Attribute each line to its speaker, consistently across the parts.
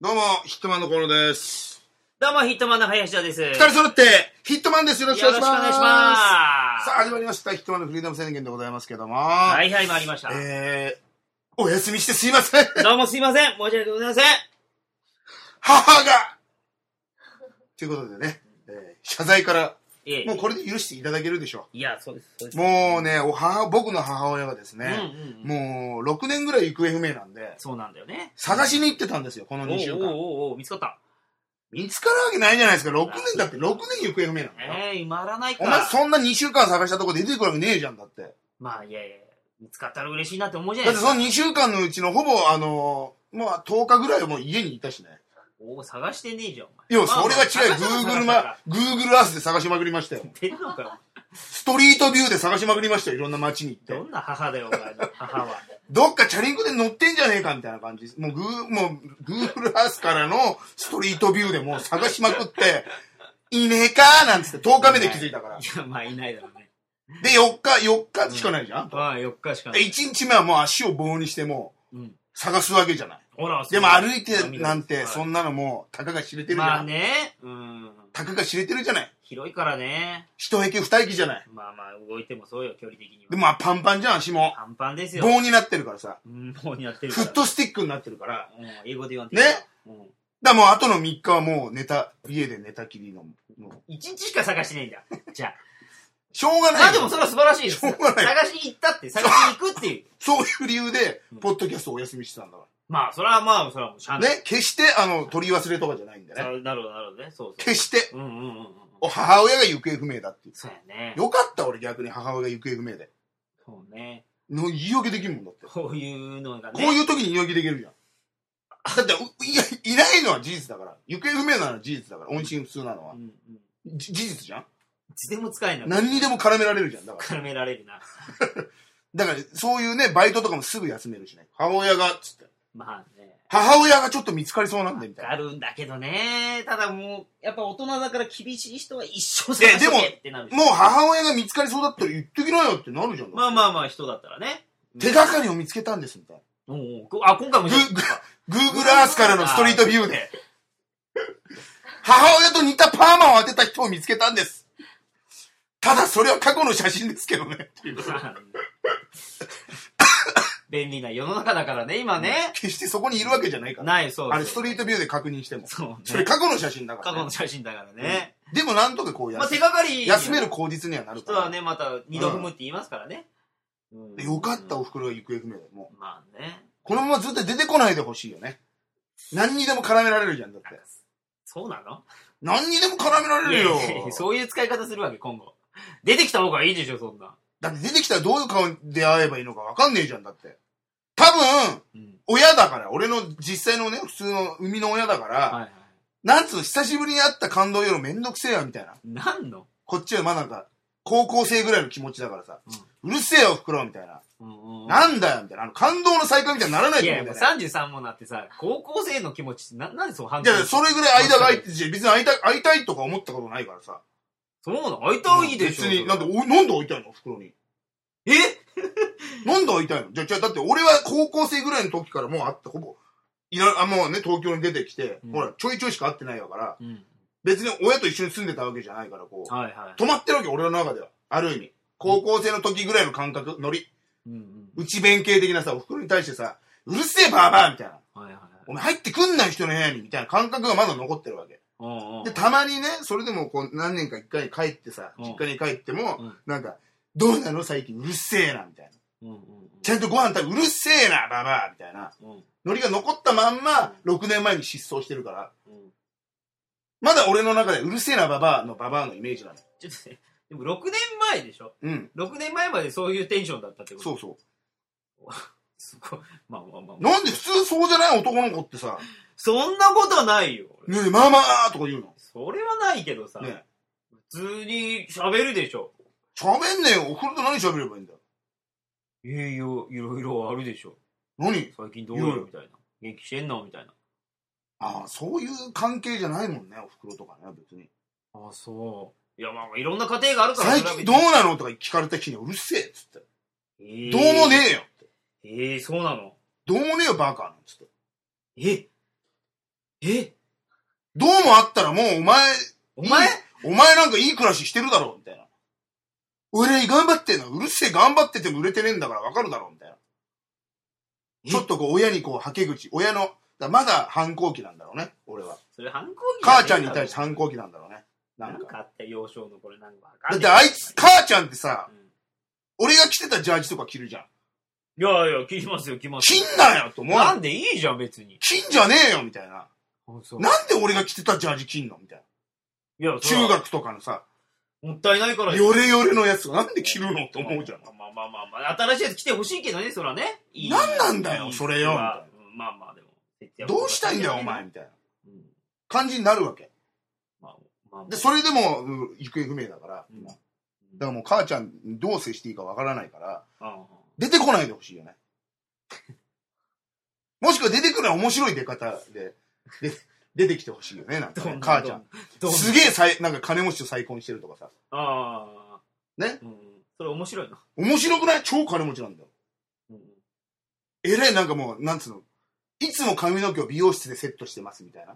Speaker 1: どうも、ヒットマンの河野です。
Speaker 2: どうも、ヒットマンの林田です。よろ
Speaker 1: 二
Speaker 2: し
Speaker 1: 人揃って、ヒットマンです。よろしく
Speaker 2: く
Speaker 1: お願
Speaker 2: お願
Speaker 1: い
Speaker 2: い
Speaker 1: します。
Speaker 2: し
Speaker 1: さ
Speaker 2: ます。
Speaker 1: あ、始まりました。ヒットマンのフリーダム宣言でございますけども。
Speaker 2: は
Speaker 1: はい
Speaker 2: はい、参りました。
Speaker 1: えー、お休みしてすいません。
Speaker 2: どうもすいません。申し訳ございません。
Speaker 1: 母がということでね、えー謝罪から、
Speaker 2: いえい
Speaker 1: もう
Speaker 2: え
Speaker 1: これで許していただけるでしょ
Speaker 2: いや、そうです。そうです
Speaker 1: う。もうね、お母、僕の母親がです
Speaker 2: うん
Speaker 1: ね、
Speaker 2: うんうん。
Speaker 1: もう6年ぐらい行方不明なんで、
Speaker 2: そうなんだよね。
Speaker 1: 探しに行ってたんですよ、こ
Speaker 2: お
Speaker 1: の
Speaker 2: うお
Speaker 1: 2週
Speaker 2: う
Speaker 1: 間。
Speaker 2: おうおう見つかった。
Speaker 1: 見つかるわけないじゃないですか。6年だって、6年行方不明なんだよ。
Speaker 2: ええー、まらないか。
Speaker 1: お前そんな2週間探したとこで出てくるわけねえじゃんだって。だ
Speaker 2: まあ、いやいや、見つかったら嬉しいなって思うじゃ
Speaker 1: っ
Speaker 2: ない
Speaker 1: て
Speaker 2: です
Speaker 1: そ
Speaker 2: か。
Speaker 1: の2週間のうちのほぼあのー、まあ10日ぐらいはもう家にいたしね。
Speaker 2: おお、探してねえじゃん、お
Speaker 1: い
Speaker 2: 前。
Speaker 1: や、それは違う。Google ま
Speaker 2: ま、
Speaker 1: Google Earth で探しまくりましたよ。
Speaker 2: 出るのかよ。
Speaker 1: ストリートビューで探しまくりましたよ。いろんな街に行って
Speaker 2: ど。んな母だよ、お前の母は。
Speaker 1: どっかチャリンコで乗ってんじゃねえかみたいな感じです。もうグー、もう Google Earth からのストリートビューでもう探しまくって、 いねえかーなんつって10日目で気づいたから
Speaker 2: い。や、まあ、いないだろうね。
Speaker 1: で、4日、4日しかないじゃん。
Speaker 2: まあ、4日しかな
Speaker 1: で
Speaker 2: い。
Speaker 1: 1日目はもう足を棒にしても
Speaker 2: うん。
Speaker 1: う探すわけじゃない。
Speaker 2: ほら、
Speaker 1: でも歩いてなん
Speaker 2: は
Speaker 1: て、
Speaker 2: い
Speaker 1: そんなのもう、たかが知れてるじゃ
Speaker 2: ま
Speaker 1: な
Speaker 2: あ
Speaker 1: い。
Speaker 2: ね、うん。
Speaker 1: たかが知れてるじゃない。
Speaker 2: 広いからね。
Speaker 1: 一駅二駅じゃない。
Speaker 2: まあまあ、動いてもそうよ、距離的に
Speaker 1: で、
Speaker 2: は。
Speaker 1: まあ、パンパンじゃん、足も。
Speaker 2: パンパンですよ。
Speaker 1: 棒になってるからさ。
Speaker 2: うん、棒になってるか
Speaker 1: フ
Speaker 2: ら。
Speaker 1: ットスティックになってるから。だか
Speaker 2: うん、英語で言わん
Speaker 1: ね
Speaker 2: うん
Speaker 1: らもう、あとの3日はもう、寝た、家で寝たきりの。もう
Speaker 2: 一日しか探してないんだ。じゃあ。
Speaker 1: しょうがない。
Speaker 2: まあでもそれは素晴らしいです。
Speaker 1: しょ
Speaker 2: 探
Speaker 1: うがない
Speaker 2: しに行ったって、探しに行くっていう。
Speaker 1: そういう理由で
Speaker 2: うん、
Speaker 1: ポッドキャストお休みしてたんだか
Speaker 2: まあ、それはまあ、それはもうしゃあ
Speaker 1: ら。
Speaker 2: ない。
Speaker 1: ね、決して、あの、取り忘れとかじゃないんだ
Speaker 2: な
Speaker 1: ね。
Speaker 2: るなるほど、なるほどね。そうそ
Speaker 1: 決して、
Speaker 2: う。うんうんうんうん。
Speaker 1: お母親が行方不明だっていう。
Speaker 2: そうやね。
Speaker 1: よかった、俺逆に母親が行方不明で。
Speaker 2: そうね。
Speaker 1: の言い訳できるもんだって。
Speaker 2: こういうのがね。
Speaker 1: こういう時に言い訳できるじゃん。だって、ういや、いないのは事実だから。行方不明なのは事実だから。音信不通なのは
Speaker 2: う。んうん。い
Speaker 1: じ事実じゃん
Speaker 2: つでも使えんな。
Speaker 1: 何にでも絡められるじゃん。だから。
Speaker 2: 絡められるな。
Speaker 1: だから、そういうね、バイトとかもすぐ休めるしね。母親が、つって。
Speaker 2: まあね。
Speaker 1: 母親がちょっと見つかりそうなんで、みたいな。
Speaker 2: あるんだけどね。ただもう、やっぱ大人だから厳しい人は一生
Speaker 1: いや
Speaker 2: 探しとけってなるし。
Speaker 1: もう母親が見つかりそうだったら言っときなよってなるじゃん。
Speaker 2: まあまあまあ人だったらね。
Speaker 1: 手がかりを見つけたんです、みたいな。
Speaker 2: おうおうあ、今回も
Speaker 1: グ、グ、Google Earth からのストリートビューで。母親と似たパーマを当てた人を見つけたんです。ただ、それは過去の写真ですけどね。っていう
Speaker 2: 便利な世の中だからね、今ね。
Speaker 1: 決してそこにいるわけじゃないから。
Speaker 2: ない、そうそう。
Speaker 1: あれ、ストリートビューで確認しても。
Speaker 2: そうね
Speaker 1: それ過去の写真だか
Speaker 2: 過
Speaker 1: ら、
Speaker 2: 去
Speaker 1: ね。
Speaker 2: の写真だからね。
Speaker 1: でもなんとかこうや
Speaker 2: まあ手がかり。
Speaker 1: 休める口実にはなるか
Speaker 2: 人
Speaker 1: ら。
Speaker 2: はね、また二度踏むって言いますからね。うん
Speaker 1: でよかった、お袋が行方不明だよ。もう、
Speaker 2: まあね。
Speaker 1: このままずっと出てこないでほしいよね。何にでも絡められるじゃん、だって。
Speaker 2: そうなの
Speaker 1: 何にでも絡められるよ
Speaker 2: いやいやい。や そういう使い方するわけ、今後。出てきた方がいいでしょ、そんな。
Speaker 1: だって出てきたらどういう顔で会えばいいのかわかんねえじゃん、だって。多分、
Speaker 2: うん。
Speaker 1: 親だから、俺の実際のね、普通の生みの親だから、
Speaker 2: はいはい。
Speaker 1: なんつうの、久しぶりに会った感動よりめんどくせえや、みたいな。
Speaker 2: なんの
Speaker 1: こっちはまあなんか、高校生ぐらいの気持ちだからさ、うるせえよ、袋みたいな。
Speaker 2: な
Speaker 1: なんだよ、みたいな。あの、感動の再会みたいにならない
Speaker 2: い
Speaker 1: と思
Speaker 2: や
Speaker 1: う
Speaker 2: い
Speaker 1: んだ
Speaker 2: や、
Speaker 1: よね。
Speaker 2: 33もなってさ、高校生の気持ちってな、なんでそう反
Speaker 1: じ
Speaker 2: 対
Speaker 1: ゃあ、それぐらい間が空いて、別に会いたい、会いたいとか思ったことないからさ。
Speaker 2: そうなの会いたいでしょ。
Speaker 1: 別に、なんで、おなんで会いたいの袋に。
Speaker 2: え
Speaker 1: なんで会いたいのじゃあ、じゃあ、だって俺は高校生ぐらいの時からもう会って、ほぼ、いら、あ、もうね、東京に出てきて、
Speaker 2: うん
Speaker 1: ほら、ちょいちょいしか会ってないわから、
Speaker 2: うん。
Speaker 1: 別に親と一緒に住んでたわけじゃないから、こう、
Speaker 2: はいはい。
Speaker 1: 止まってるわけ、俺の中では。ある意味。高校生の時ぐらいの感覚、ノリ。
Speaker 2: うんうん。
Speaker 1: 内弁慶的なさ、お袋に対してさ、うるせえバーバーみたいな。
Speaker 2: はいはいはい。
Speaker 1: お前入ってくんない人の部屋に、みたいな感覚がまだ残ってるわけ。
Speaker 2: うんうん
Speaker 1: で、たまにね、それでもこう、何年か一回に帰ってさ、
Speaker 2: うん
Speaker 1: 実家に帰っても、
Speaker 2: うん
Speaker 1: なんか、どうなの最近、うるせえな、みたいな。
Speaker 2: うんうん
Speaker 1: ちゃんとご飯食べ、うるせえな、バーバーみたいな。
Speaker 2: うん。
Speaker 1: ノリが残ったまんま、6年前に失踪してるから、
Speaker 2: うん。
Speaker 1: まだ俺の中でうるせえなババアのババアのイメージなの。
Speaker 2: ちょっとね、でも6年前でしょ
Speaker 1: うん。
Speaker 2: ?6 年前までそういうテンションだったってこと。
Speaker 1: そううそ
Speaker 2: すごい。まあまあまあ
Speaker 1: う。
Speaker 2: まあ。
Speaker 1: なんで普通そうじゃない男の子ってさ、
Speaker 2: そんなことないよ。
Speaker 1: ねえ、ママーとか言うの。
Speaker 2: それはないけどさ、
Speaker 1: ねえ。
Speaker 2: 普通に喋るでしょ。
Speaker 1: 喋んねえよ。お風呂と何喋ればいいんだよ。
Speaker 2: いやいや、いろいろあるでしょ。
Speaker 1: 何
Speaker 2: 最近どうよみたいな。元気してんのみたいな。
Speaker 1: ああ、そういう関係じゃないもんね、お袋とかね、別に。
Speaker 2: あそう。いや、まあ、いろんな家庭があるから
Speaker 1: 最近どうなのとか聞かれた日にうるせえっつって。どうもねえよ。
Speaker 2: ええー、そうなの。
Speaker 1: どうもねえよ、バカなんつって。
Speaker 2: ええ
Speaker 1: どうもあったらもうお前、
Speaker 2: お前
Speaker 1: いいお前なんかいい暮らししてるだろ、みたいな。俺頑張ってんの、うるせえ頑張ってても売れてねえんだからわかるだろ、みたいな。
Speaker 2: え
Speaker 1: ちょっとこう親にこう、はけ口、親の、だまだ反抗期なんだろうね、俺は。
Speaker 2: それ反抗期
Speaker 1: 母ちゃんに対して
Speaker 2: て
Speaker 1: 反抗期なんだろうね。な
Speaker 2: なんん
Speaker 1: か。
Speaker 2: かあった幼少のこれなんかわ
Speaker 1: だ
Speaker 2: かん
Speaker 1: っ
Speaker 2: ねえ
Speaker 1: てあいつ、母ちゃんってさ
Speaker 2: う、ん
Speaker 1: 俺が着てたジャージとか着るじゃん。
Speaker 2: いやいや、聞きますよ、聞きます
Speaker 1: 着
Speaker 2: よ。
Speaker 1: んなよと思う。
Speaker 2: なんでいいじゃん、別に。
Speaker 1: 着んじゃねえよみたいな。
Speaker 2: そう
Speaker 1: なんで俺が着てたジャージ着んのみたい
Speaker 2: いや
Speaker 1: な。、
Speaker 2: それ
Speaker 1: 中
Speaker 2: は
Speaker 1: 学とかのさ、
Speaker 2: もったいないから
Speaker 1: ヨレヨレのやつがなんで着るのと思うじゃん。
Speaker 2: まあまあまあまあ、新しいやつ来てほしいけどね、そらね。いい
Speaker 1: なんなんだよ
Speaker 2: いい
Speaker 1: それよ
Speaker 2: いいわうんまあまあ、でも。
Speaker 1: どうしたいんだよ、お前、
Speaker 2: うん。
Speaker 1: みたいな感じになるわけ。
Speaker 2: まあまあまあ
Speaker 1: で、それでも、うん行方不明だから、
Speaker 2: うん
Speaker 1: 今だからもう母ちゃん、どう接していいかわからないから、
Speaker 2: ああ
Speaker 1: 出てこないでほしいよね。 もしくは出てくるのは面白い出方で、で出てきてほしいよね、なんかね、
Speaker 2: どん
Speaker 1: 母ちゃん。
Speaker 2: どう
Speaker 1: すげえさい、なんか金持ちと再婚してるとかさ。
Speaker 2: ああ。
Speaker 1: ね
Speaker 2: うん。それ面白いな。
Speaker 1: 面白くない超金持ちなんだよ。
Speaker 2: うん
Speaker 1: えらい、なんかもう、なんつうの。いつも髪の毛を美容室でセットしてますみたいな。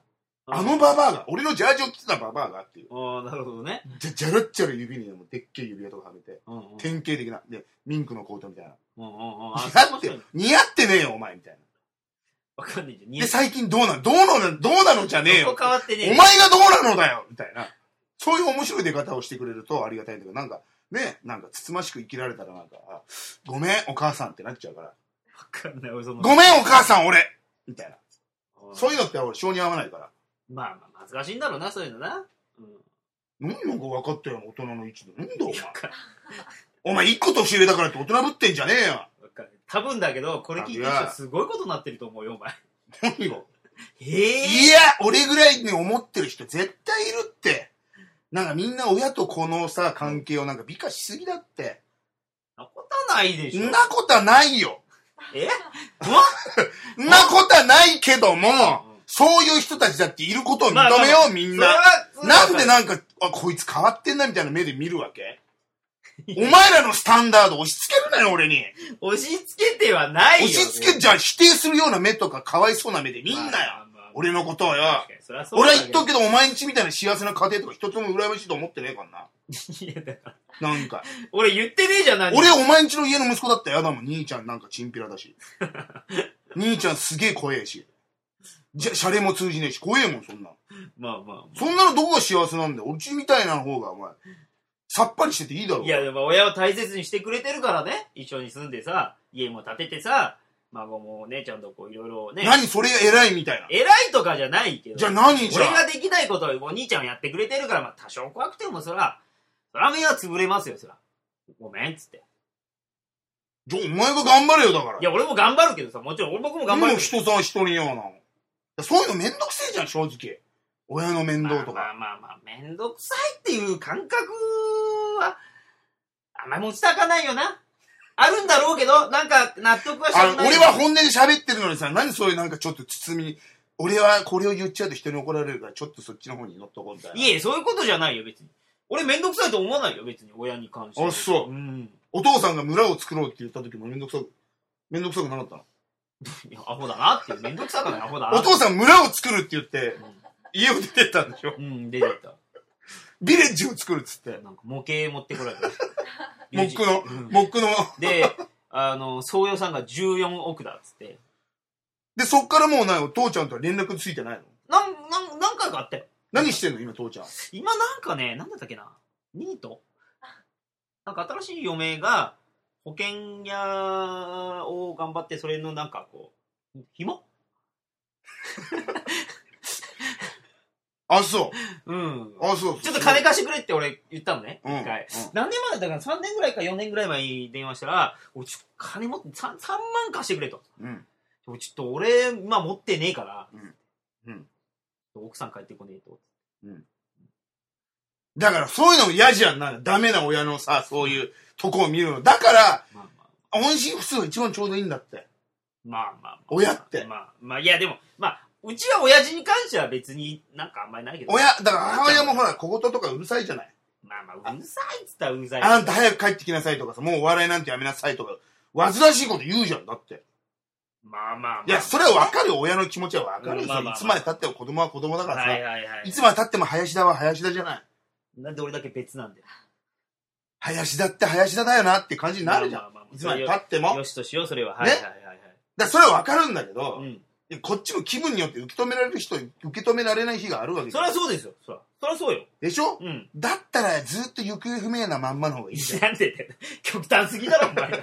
Speaker 2: あ
Speaker 1: あのババアが、俺のジャージを着てたババアがっていう。
Speaker 2: ああ、なるほどね。
Speaker 1: じゃ、じゃらっちゃら指にでもでっけえ指輪とかはめて、
Speaker 2: うんうん。
Speaker 1: 典型的な、で、ミンクのコートみたいな。
Speaker 2: うんうんうん。あ
Speaker 1: 似合っ
Speaker 2: そ
Speaker 1: て
Speaker 2: れ面白いな、
Speaker 1: 似合ってねえよ、お前みたい
Speaker 2: わかんないじゃん。
Speaker 1: な。で、最近どうなん、どうなの、どうなのじゃねえ
Speaker 2: そ
Speaker 1: よ
Speaker 2: こ。変わってねえ
Speaker 1: お前がどうなのだよみたいな。そういう面白い出方をしてくれるとありがたいんだけど、なんか、ね、なんか、つつましく生きられたらなんか、あごめん、お母さんってなっちゃうから、
Speaker 2: わかんない、俺その。
Speaker 1: ごめん、お母さん、俺みたいな。
Speaker 2: うん
Speaker 1: そういうのって俺、性に合わないから。
Speaker 2: まあまあ、恥ずかしいんだろうな、そういうのな。うん。
Speaker 1: 何なんか分かったよ、大人の一度。なんだお前。
Speaker 2: わか
Speaker 1: お前、一個年上だからって大人ぶってんじゃねえよ。
Speaker 2: わかる多分だけど、これ聞いてる人すごいことになってると思うよ、お前。
Speaker 1: 何が。
Speaker 2: へ
Speaker 1: い
Speaker 2: え。
Speaker 1: や、俺ぐらいに思ってる人絶対いるって。なんかみんな親と子のさ、関係をなんか美化しすぎだって。
Speaker 2: なことないでし
Speaker 1: ん
Speaker 2: ょ。
Speaker 1: なことはないよ。
Speaker 2: え
Speaker 1: んなことはないけども、
Speaker 2: うん
Speaker 1: そういう人たちだっていることを認め
Speaker 2: まあ
Speaker 1: よ
Speaker 2: ま
Speaker 1: う、みん
Speaker 2: それ
Speaker 1: な。
Speaker 2: はそれは
Speaker 1: なんでなんか、あ、こいつ変わってんなみたいな目で見るわけお前らのスタンダード押し付けるなよ、俺に。
Speaker 2: 押し付けてはない
Speaker 1: 押
Speaker 2: よ。
Speaker 1: し付け、じゃあ否定するような目とか、かわいそうな目で見んなよ。
Speaker 2: まあまあまあ
Speaker 1: 俺のことをよ。
Speaker 2: 確かにそれはそう
Speaker 1: 俺
Speaker 2: だ
Speaker 1: は
Speaker 2: け
Speaker 1: 言っとくけど、お前んちみたいな幸せな家庭とか一つも羨ましいと思ってねえから
Speaker 2: どいやだから
Speaker 1: な。なんか。
Speaker 2: 俺言ってねえじゃん、何も
Speaker 1: 俺、お前んちの家の息子だったら嫌だもん。兄ちゃんなんかチンピラだ し。兄ちゃんすげえ怖えし。じゃ、シャレも通じねえし、怖えもん、そんなの。
Speaker 2: まあまあま
Speaker 1: そんなのどこが幸せなんだよ。うちみたいな方が、お前、さっぱりしてていいだろ
Speaker 2: あ。
Speaker 1: う。
Speaker 2: いや、でも親を大切にしてくれてるからね。一緒に住んでさ、家も建ててさ、孫もお姉ちゃんとこういろいろね。
Speaker 1: 何それが偉いみたいな。
Speaker 2: 偉いとかじゃないけど。
Speaker 1: じゃあ何じゃ
Speaker 2: 俺
Speaker 1: あ
Speaker 2: ができないことをお兄ちゃんはやってくれてるから、まあ多少怖くてもそら、そら目は潰れますよ、そら。ごめん、っつって。
Speaker 1: じゃあお前が頑張れよ、だから
Speaker 2: い。や、俺も頑張るけどさ、もちろん俺僕も頑張
Speaker 1: も
Speaker 2: る
Speaker 1: う
Speaker 2: けど。
Speaker 1: 人さん人にような。そういうのめんどくせえじゃん、正直。親の面倒と
Speaker 2: ま
Speaker 1: か。
Speaker 2: あまあまあまあ、めんどくさいっていう感覚は、あんまり持ちたかないよな。あるんだろうけど、なんか納得はし
Speaker 1: あ
Speaker 2: た
Speaker 1: の
Speaker 2: くない。
Speaker 1: 俺は、本音で喋ってるのにさ、何そういうなんかちょっと包み、俺はこれを言っちゃうと人に怒られるから、ちょっとそっちの方に乗っとこうみたいな。
Speaker 2: いえ、そういうことじゃないよ、別に。俺めんどくさいと思わないよ、別に、親に関して。。
Speaker 1: あそう
Speaker 2: うん。
Speaker 1: お父さんが村を作ろうって言った時もめんどくさく、めんどくさくなかったの。
Speaker 2: いや、アホだなっていう、めんどくさくない、アホだな
Speaker 1: お。父さん村を作るって言って
Speaker 2: ん、
Speaker 1: 家を出てったんでしょ
Speaker 2: うん、出てった。
Speaker 1: ビレッジを作るっつって。
Speaker 2: なんか模型持ってこられた。
Speaker 1: モックの
Speaker 2: う、ん
Speaker 1: モックの。
Speaker 2: で、あの、総予算が14億だっつって。
Speaker 1: で、そっからもうない、お父ちゃんとは連絡ついてないの
Speaker 2: なん、なん、何回かあったよ。
Speaker 1: 何してんの今、父ちゃん。
Speaker 2: 今なんかね、なんだったっけな。ニートなんか新しい嫁が、保険屋を頑張って、それのなんかこう、紐
Speaker 1: あ、そ
Speaker 2: うん。
Speaker 1: う。あ、そう。
Speaker 2: ちょっと金貸してくれって俺言ったのね。
Speaker 1: うん
Speaker 2: 一回
Speaker 1: うん。
Speaker 2: 何年前だから3年ぐらいか4年ぐらい前に電話したら、俺ちょっと金持って 3, 3万貸してくれと。
Speaker 1: うん。
Speaker 2: ちょっと俺、まあ持ってねえから、
Speaker 1: うんうん
Speaker 2: 奥さん帰ってこねえと。
Speaker 1: だから、そういうのも嫌じゃん。なんかダメな親のさ、そういうとこを見るの。だから、
Speaker 2: まあまあ。
Speaker 1: 音信不通が一番ちょうどいいんだって。
Speaker 2: まあまあまあ。
Speaker 1: 親って
Speaker 2: まあまあ、いやでも、まあ、うちは親父に関しては別になんかあんまりないけど。
Speaker 1: 親、だから母親もほら、小言とかうるさいじゃない。
Speaker 2: まあまあ、うるさいっつったらうるさい。
Speaker 1: あんた早く帰ってきなさいとかさ、もうお笑いなんてやめなさいとか、煩わしいこと言うじゃん。だって。
Speaker 2: まあまあまあ。
Speaker 1: いや、それはわかるよ親の気持ちはわかるよ、
Speaker 2: うんまあまあまあ
Speaker 1: いつまで経っても子供は子供だからさ。
Speaker 2: はい
Speaker 1: い
Speaker 2: はいはい。
Speaker 1: つまで経っても林田は林田じゃない。
Speaker 2: なんで俺だけ別なんだよ。
Speaker 1: 林田って林田だよなって感じになるじゃん。
Speaker 2: まあまあまあ
Speaker 1: いつまで経っても。だか
Speaker 2: よしとしよう、それは。はい
Speaker 1: ね
Speaker 2: はいはい
Speaker 1: らそれはわかるんだけ
Speaker 2: は
Speaker 1: ど
Speaker 2: い。う、ん。
Speaker 1: こっちも気分によって受け止められる人、受け止められない日があるわけ
Speaker 2: そりゃそうですよ。そりゃそりゃそうよ。
Speaker 1: でしょ
Speaker 2: うん。
Speaker 1: だったらずっと行方不明なまんまの方がいいじゃん。
Speaker 2: なんでだよ極端すぎだろ、お 前が。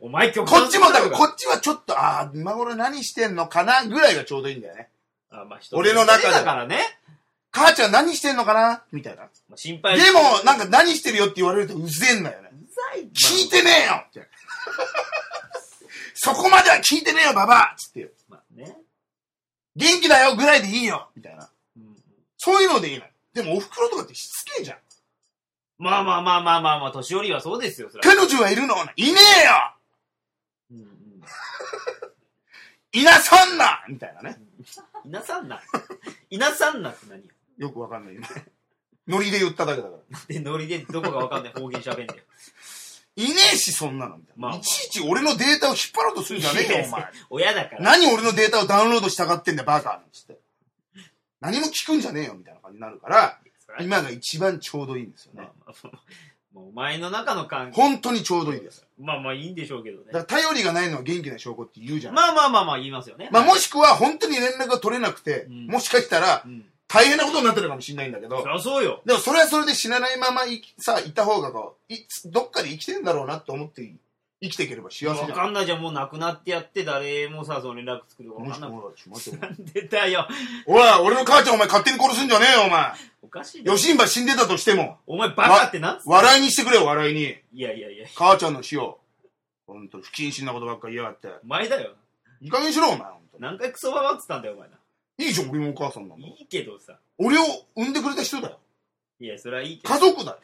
Speaker 2: お前極
Speaker 1: こっ
Speaker 2: 端
Speaker 1: ち
Speaker 2: すぎだ
Speaker 1: もだ
Speaker 2: ろ
Speaker 1: から、こっちはちょっと、ああ、今頃何してんのかなぐらいがちょうどいいんだよね。
Speaker 2: あまあ人
Speaker 1: 俺の中で
Speaker 2: だからね。
Speaker 1: 母ちゃん何してんのかなみたいな。
Speaker 2: まあ
Speaker 1: で
Speaker 2: 心配。
Speaker 1: も、なんか何してるよって言われるとうぜえんだよね。
Speaker 2: うざい。
Speaker 1: 聞いてねえよって。そこまでは聞いてねえよ、ババアつってよ。
Speaker 2: まあね。
Speaker 1: 元気だよぐらいでいいよみたいな。
Speaker 2: うん
Speaker 1: そういうのでいいのよ。でも、お袋とかってしつけえじゃん。
Speaker 2: まあまあまあまあまあまあ、年寄りはそうですよ、それは。
Speaker 1: 彼女はいるのいねえよ
Speaker 2: うんうん
Speaker 1: いなさんなみたいなね。
Speaker 2: いなさんな。いなさんなって何よ。
Speaker 1: よくわかんない よね。ノリで言っただけだから。
Speaker 2: で、ノリでどこかわかんない方言喋んだよ。
Speaker 1: いねえし、そんなのみたいな。
Speaker 2: まあまあ
Speaker 1: いちいち俺のデータを引っ張ろうとするんじゃねえよ、お前。
Speaker 2: 親だから。
Speaker 1: 何俺のデータをダウンロードしたがってんだよ、バカなんつって。何も聞くんじゃねえよ、みたいな感じになるから、
Speaker 2: そりゃ
Speaker 1: 今が一番ちょうどいいんですよ
Speaker 2: まあ
Speaker 1: ね。
Speaker 2: まあまあまあお前の中の関係。
Speaker 1: 本当にちょうどいいです。
Speaker 2: まあまあいいんでしょうけどね。
Speaker 1: だから頼りがないのは元気な証拠って言うじゃない。
Speaker 2: まあまあまあまあ言いますよね。
Speaker 1: まあもしくは本当に連絡が取れなくて、
Speaker 2: うん
Speaker 1: もしかしたら
Speaker 2: うん。
Speaker 1: 大変なことになってるかもしれないんだけど
Speaker 2: そ、りゃそうよ。
Speaker 1: でもそれはそれで死なないままいさ、いた方がこう、いどっかで生きてんだろうなって思って生きていければ幸せ
Speaker 2: わ
Speaker 1: じゃん。
Speaker 2: かんないじゃん、もう亡くなってやって、誰もさ、その連絡作るかわ
Speaker 1: も
Speaker 2: か
Speaker 1: し
Speaker 2: ん
Speaker 1: く
Speaker 2: なく
Speaker 1: は、ちょっと待って
Speaker 2: なんでだよ。
Speaker 1: お前おい、俺の母ちゃんお前勝手に殺すんじゃねえよ、お前。
Speaker 2: おかしいだろ
Speaker 1: ヨシンバ死んでたとしても、
Speaker 2: お前バカってなんつった
Speaker 1: 笑いにしてくれよ、笑いに。
Speaker 2: いやいやいや、
Speaker 1: 母ちゃんの死を。ほんと、不謹慎なことばっかり言いやがって。
Speaker 2: お前だよ。
Speaker 1: いい加減にしろ、お前。ほんと
Speaker 2: 何回クソババっつったんだよ、お前な。
Speaker 1: いいじゃん、俺もお母さんなんだ。
Speaker 2: いいけどさ。
Speaker 1: 俺を産んでくれた人だよ。
Speaker 2: いや、それはいいけど。
Speaker 1: 家族だよ。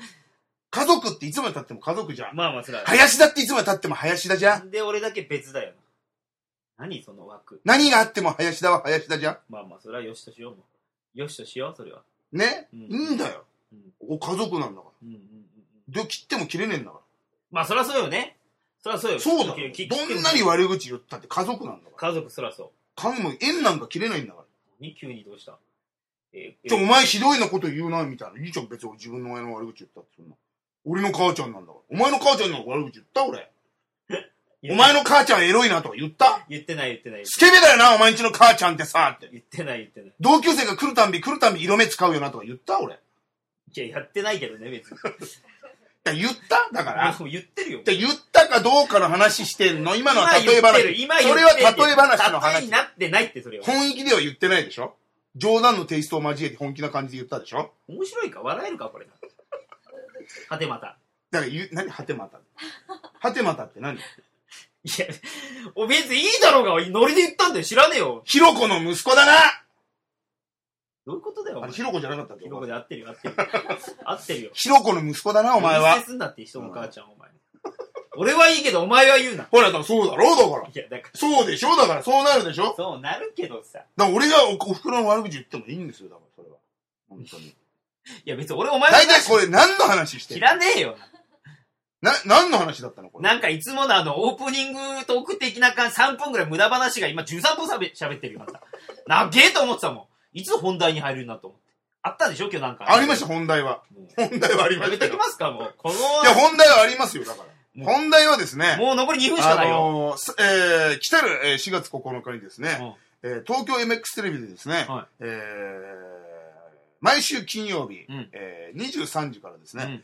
Speaker 1: 家族っていつまで経っても家族じゃん。
Speaker 2: まあまあ、それは。
Speaker 1: 林田っていつまで経っても林田じゃん。
Speaker 2: なんで俺だけ別だよ。何その枠。
Speaker 1: 何があっても林田は林田じゃ
Speaker 2: まあまあ、それはよしとしようもう。よしとしよう、それは。
Speaker 1: ん。ね
Speaker 2: うん
Speaker 1: いいんだよ。お家族なんだから。
Speaker 2: うんうんうんうん。
Speaker 1: で、切っても切れねえんだか
Speaker 2: まあ、そりゃそうよね。そりゃそうよ。
Speaker 1: ら。そうだよ。
Speaker 2: 聞き聞き
Speaker 1: どんなに悪口言ったって家族なんだから。
Speaker 2: 家族そりゃそう。
Speaker 1: かんも縁なんか切れないんだから。
Speaker 2: に急にどうしたえー
Speaker 1: ちょ、
Speaker 2: え
Speaker 1: お前ひどいなこと言うな、みたいな。いいじゃん、別に俺自分の親の悪口言ったってそんな。俺の母ちゃんなんだから。お前の母ちゃんの悪口言った俺。
Speaker 2: 言
Speaker 1: お
Speaker 2: っ
Speaker 1: 前の母ちゃんエロいなとか言った
Speaker 2: 言ってない言ってない
Speaker 1: スケベだよな、お前んちの母ちゃんってさ、って。
Speaker 2: 言ってない言ってない。
Speaker 1: 同級生が来るたんび来るたんび色目使うよなとか言った俺。
Speaker 2: いや、やってないけどね、別に。
Speaker 1: だ言っただから。
Speaker 2: もう言ってるよ。
Speaker 1: で言ったかどうかの話してんの今のは例え
Speaker 2: 今言ってる
Speaker 1: 話。
Speaker 2: 今言ってる
Speaker 1: それは例え話の話
Speaker 2: 例えになってないって、それは。
Speaker 1: 本意気では言ってないでしょ冗談のテイストを交えて本気な感じで言ったでしょ
Speaker 2: 面白いか笑えるか、これ。はてまた。
Speaker 1: だから言う、何はてまた。はてまたって何
Speaker 2: いや、お別にいいだろうが、おいノリで言ったんだよ、知らねえよ。
Speaker 1: ひろこの息子だな
Speaker 2: どういうことだよ、お
Speaker 1: あれ、
Speaker 2: 前。
Speaker 1: ひ
Speaker 2: ひ
Speaker 1: ろこじゃなかったっけ
Speaker 2: ろこで合ってるよ、合ってる よ。合ってるよ。
Speaker 1: ひろこの息子だな、お前
Speaker 2: 見
Speaker 1: は
Speaker 2: 捨。てすんなって人の母ちゃん、お前。俺はいいけど、お前は言うな。
Speaker 1: ほら、だからそうだろう、だから。
Speaker 2: いや、だから、
Speaker 1: そうでしょだから、そうなるでしょだか
Speaker 2: そうなるけどさ。
Speaker 1: ら、俺がおお袋の悪口言ってもいいんですよ、だから、それは。本当に。
Speaker 2: いや、別に俺お前の
Speaker 1: 大体これ、何の話して
Speaker 2: 知
Speaker 1: る
Speaker 2: らねえよ。
Speaker 1: な、何の話だったのこれ。
Speaker 2: なんかいつものあの、オープニングトーク的な感じ、3分ぐらい無駄話が今13分しゃべ喋ってるよ、また。なげえと思ってたもん。いつ本題に入るなと思って。あったでしょ今日なんか。
Speaker 1: ありました、
Speaker 2: も
Speaker 1: 本題は。
Speaker 2: う
Speaker 1: 本題はありま
Speaker 2: やめ
Speaker 1: した
Speaker 2: てき
Speaker 1: よ。
Speaker 2: ますか、もう。この、
Speaker 1: いや、本題はありますよ、だから。
Speaker 2: もう
Speaker 1: 本題はですね、
Speaker 2: もう残り2分しか
Speaker 1: あ
Speaker 2: ないよ。
Speaker 1: のーすえー、来たるえー4月9日にですね、えー東京 MX テレビでですね、
Speaker 2: は
Speaker 1: えー毎週金曜日、
Speaker 2: うん
Speaker 1: えー23時からです
Speaker 2: うんう
Speaker 1: ね、
Speaker 2: ん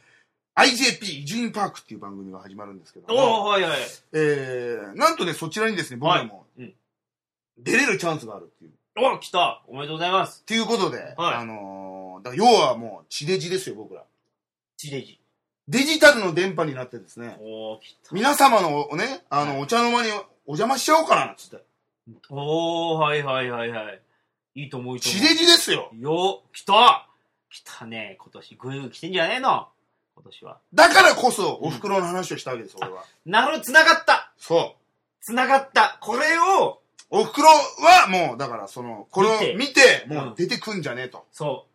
Speaker 1: IJP 伊集院パークっていう番組が始まるんですけども、
Speaker 2: おー、はいはい。
Speaker 1: えー、なんとね、そちらにですね、僕らも、
Speaker 2: はいうん
Speaker 1: 出れるチャンスがあるっていう。っ
Speaker 2: お来たおめでとうございます。
Speaker 1: ていうことで、
Speaker 2: はい
Speaker 1: あのーだから要はもう、地デジですよ、僕ら。
Speaker 2: 地デジ。
Speaker 1: デジタルの電波になってですね、
Speaker 2: おー、来た。
Speaker 1: 皆様のおね、あ
Speaker 2: は
Speaker 1: の、お茶の間にお邪魔しちゃおうかな、つって。
Speaker 2: おー、はいはいはいはい。いいと思う、いいと思
Speaker 1: 地
Speaker 2: う。
Speaker 1: デジですよ。
Speaker 2: よ、来た来たね、今年。ぐいぐい来てんじゃねえの今年は。
Speaker 1: だからこそ、お袋の話をしたわけです、俺は。
Speaker 2: なる、繋がった
Speaker 1: そう。
Speaker 2: 繋がった。これを、
Speaker 1: お袋はもう、だからその、これを見
Speaker 2: 見
Speaker 1: て、
Speaker 2: うん
Speaker 1: もう出てくんじゃねえと。
Speaker 2: そ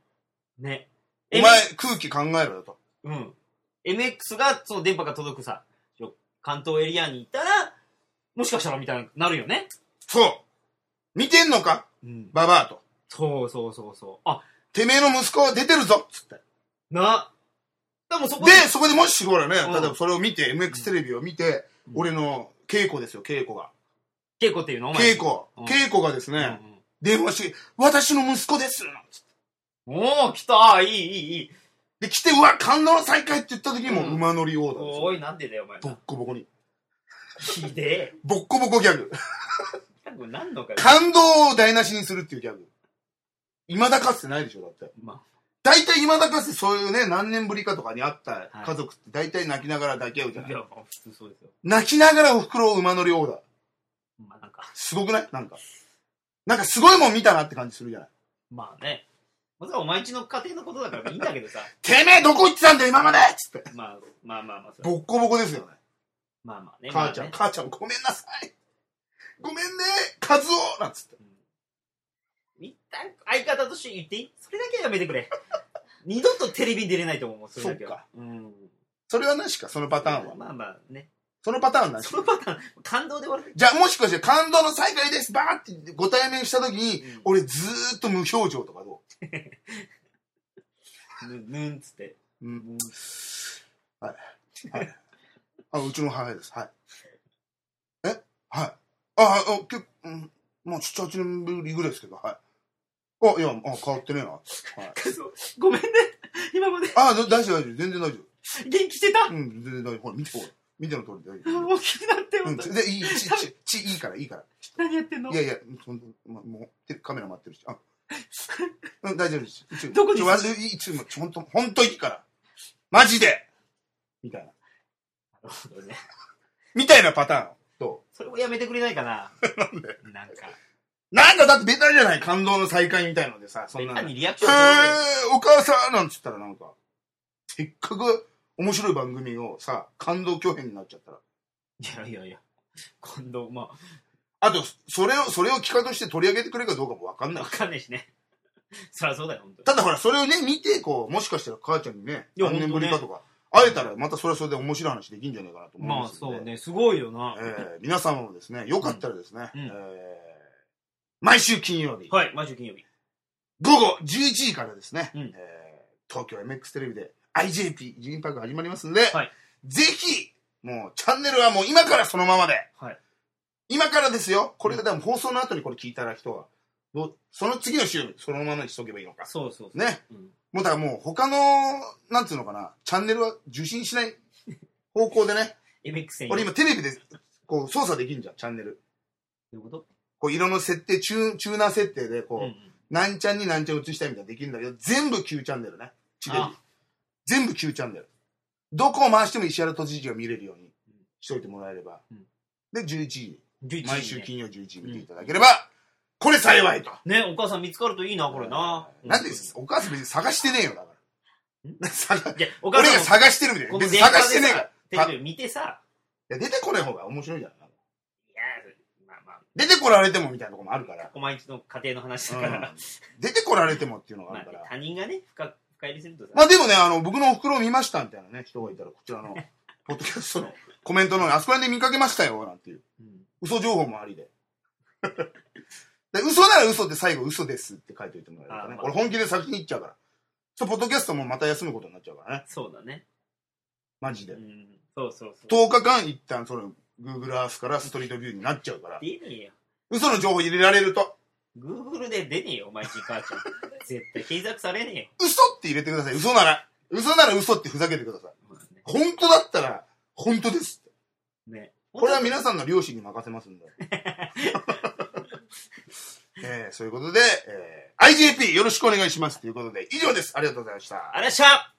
Speaker 2: う。ね。
Speaker 1: お前、空気考えろよと。
Speaker 2: うん。MX が、その電波が届くさ、関東エリアにいたら、もしかしたらみたいになるよね。
Speaker 1: そう見てんのか
Speaker 2: うん。
Speaker 1: ババアと。
Speaker 2: そうそうそうそう。あ、
Speaker 1: てめえの息子は出てるぞつって。
Speaker 2: な。でもそこ
Speaker 1: で、そこでもしこれね、
Speaker 2: うん
Speaker 1: 例えばそれを見て、MX テレビを見て、
Speaker 2: うん
Speaker 1: 俺の稽古ですよ、稽古が。
Speaker 2: 稽古っていうのお前
Speaker 1: 稽古
Speaker 2: うん。
Speaker 1: 稽古がです
Speaker 2: うん
Speaker 1: ね、電話して、私の息子です
Speaker 2: うん。おー、来たいいいいいい。
Speaker 1: で、来て、うわ、感動の再会って言った時にも
Speaker 2: うん
Speaker 1: 馬乗りオーダーですよ
Speaker 2: おい、なんでだよ、お前。
Speaker 1: ボッコボコに。
Speaker 2: ひでえ。
Speaker 1: ボッコボコギャグ。
Speaker 2: なんか何のかよ。
Speaker 1: 感動を台無しにするっていうギャグ。未だかつてないでしょ、だって。
Speaker 2: ま
Speaker 1: 大体未だかつてそういうね、何年ぶりかとかに会った家族って大体泣きながら抱き合うじゃ
Speaker 2: あ、
Speaker 1: ないい
Speaker 2: や、普通そうですよ。
Speaker 1: 泣きながらお袋を馬乗りオーダー。
Speaker 2: まあなんか、
Speaker 1: すごくないなんか。なんかすごいもん見たなって感じするじゃない
Speaker 2: まあね。まさお前んちの家庭のことだからいいんだけどさ。
Speaker 1: てめえどこ行ってたんだよ今までつって。
Speaker 2: まあまあまあまあそれは、
Speaker 1: ボッコボコですよね。
Speaker 2: まあまあね。
Speaker 1: 母ちゃん、
Speaker 2: まあね
Speaker 1: 母ちゃんごめんなさい。ごめんね、カズオなんつって。
Speaker 2: 一旦相方として言っていいそれだけはやめてくれ。二度とテレビに出れないと思う、それだけは。うん。
Speaker 1: それはなしか、そのパターンは。
Speaker 2: まあまあね。
Speaker 1: そのパターンなし
Speaker 2: そ。のパターン、感動で終わる。
Speaker 1: じゃあもしかして感動の再会ですバーってご対面した時に、
Speaker 2: うん
Speaker 1: 俺ずーっと無表情とかど
Speaker 2: ぬ、ぬんっつって。
Speaker 1: ううん。はい。あ、うちの母親です。はい。えはい。あ、はいあ、けうん、まあ、7、8年ぶりぐらいですけど、はい。あ、いや、あ、変わってねえな。はい。
Speaker 2: ごめんね。今まで
Speaker 1: あ、だ大丈夫、大丈夫。全然大丈
Speaker 2: 元気してた。
Speaker 1: 夫。うん、全然大丈夫。ほら、見て、ほら。見ての通り大丈夫。
Speaker 2: もう気になって、
Speaker 1: う
Speaker 2: 本
Speaker 1: ん、
Speaker 2: 当に。
Speaker 1: で、いい、ち、ち、ち、いいから、いいから。
Speaker 2: 何やってんの
Speaker 1: いやいや、そんまもう、カメラ待ってるし。あ、うん、大丈夫です。一応
Speaker 2: どこに
Speaker 1: ちょわずいつも、ちょ、ほんと、ほんといいから。マジでみたいな。
Speaker 2: なるほどね
Speaker 1: みたいなパターン。ど
Speaker 2: それもやめてくれないかな。なんでなんか、
Speaker 1: うなんだ、だってベタじゃない感動の再会みたいのでさ、そ
Speaker 2: そん
Speaker 1: んな
Speaker 2: な
Speaker 1: の。へ
Speaker 2: にリア
Speaker 1: え
Speaker 2: クションす
Speaker 1: ー、お母さんなんつったらなんか、せっかく面白い番組をさ、感動巨編になっちゃったら。
Speaker 2: るねいやいやいや。今度、ま
Speaker 1: あと、それを、それを企画として取り上げてくれるかどうかもわかん
Speaker 2: あ、
Speaker 1: ない
Speaker 2: わ。かんないしね。そりゃそうだよ、本当に。
Speaker 1: ただほら、それをね、見て、こう、もしかしたら母ちゃんにね、
Speaker 2: いや
Speaker 1: 何年ぶりかとか、会えたら、またそれはそれで面白い話できんじゃないかなと思い
Speaker 2: ま
Speaker 1: ま
Speaker 2: あ
Speaker 1: すの
Speaker 2: そう
Speaker 1: で、
Speaker 2: ね、すごいよな。
Speaker 1: えー皆様もですね、よかったらですね、
Speaker 2: うん
Speaker 1: えー毎週金曜日、
Speaker 2: はい、毎週金曜日。
Speaker 1: 午後11時からですね、
Speaker 2: うん
Speaker 1: えー東京 MX テレビで IJP、ジーンパーク始まりますんで、
Speaker 2: はい
Speaker 1: ぜひ、もうチャンネルはもう今からそのままで、
Speaker 2: はい
Speaker 1: 今からですよ、これが多分放送の後にこれ聞いたら人は、どうその次の週、そのままにしとけばいいのか。
Speaker 2: そうそうそう。
Speaker 1: ね。
Speaker 2: うん
Speaker 1: もうだからもう他の、なんつうのかな、チャンネルは受信しない方向でね、
Speaker 2: MX 専用。
Speaker 1: 俺今テレビでこう操作できんじゃん、チャンネル。
Speaker 2: どういうこと
Speaker 1: こう色の設定、チューンチューナー設定で、こう、
Speaker 2: うんうん
Speaker 1: 何チャンに何チャン映したいみたいなのできるんだけど、全部9チャンネルね。地デビ
Speaker 2: あ
Speaker 1: 全部9チャンネル。どこを回しても石原都知事が見れるようにしといてもらえれば。
Speaker 2: うん
Speaker 1: で、11時、
Speaker 2: 11
Speaker 1: 毎
Speaker 2: 時
Speaker 1: 週
Speaker 2: ね
Speaker 1: 金曜11時見ていただければ、これ幸いと。
Speaker 2: ね、お母さん見つかるといいな、これな。
Speaker 1: なんで
Speaker 2: い
Speaker 1: お母さん別に探してねえよ、だから。探
Speaker 2: や、お母
Speaker 1: 俺が
Speaker 2: さん
Speaker 1: 探してるみたい
Speaker 2: も、
Speaker 1: な。別に探してねえから。
Speaker 2: テレビを見てさ、
Speaker 1: いや、出てこない方が面白いじゃん。
Speaker 2: いや、まあまあ、
Speaker 1: 出てこられてもみたいなとこもあるから。
Speaker 2: お前んちの家庭の話だ
Speaker 1: う
Speaker 2: から
Speaker 1: ん、出てこられてもっていうのがあ
Speaker 2: まあ
Speaker 1: るから。
Speaker 2: 他人がね、深深入りするとさ、
Speaker 1: まあでもね、あの、僕のお袋を見ましたみたいなね、人がいたら、こちら の、ポッドキャストのコメントの、あそこら辺で見かけましたよ、なんていう。
Speaker 2: うん
Speaker 1: 嘘情報もあり で。で嘘なら嘘って最後嘘ですって書いておいてもらえるとね。
Speaker 2: あまあ
Speaker 1: 俺本気で先に行っちゃうから。そう、ポッドキャストもまた休むことになっちゃうからね。
Speaker 2: そうだね。
Speaker 1: マジ
Speaker 2: う
Speaker 1: で。
Speaker 2: ん、そうそうそう。
Speaker 1: 10日間一旦その、Google Earth からストリートビューになっちゃうから。
Speaker 2: 出ねえよ。
Speaker 1: 嘘の情報入れられると。
Speaker 2: Google で出ねえよ、お前んち母ちゃん。絶対検索されねえよ。
Speaker 1: 嘘って入れてください。嘘なら。嘘なら嘘ってふざけてください。
Speaker 2: まあね
Speaker 1: 本当だったら、本当ですって。
Speaker 2: ね。
Speaker 1: これは
Speaker 2: な、
Speaker 1: 皆さんの両親に任せますんで。 えーそういうことで、えー IJP よろしくお願いしますということで、以上です。ありがとうございました。
Speaker 2: あれっしゃ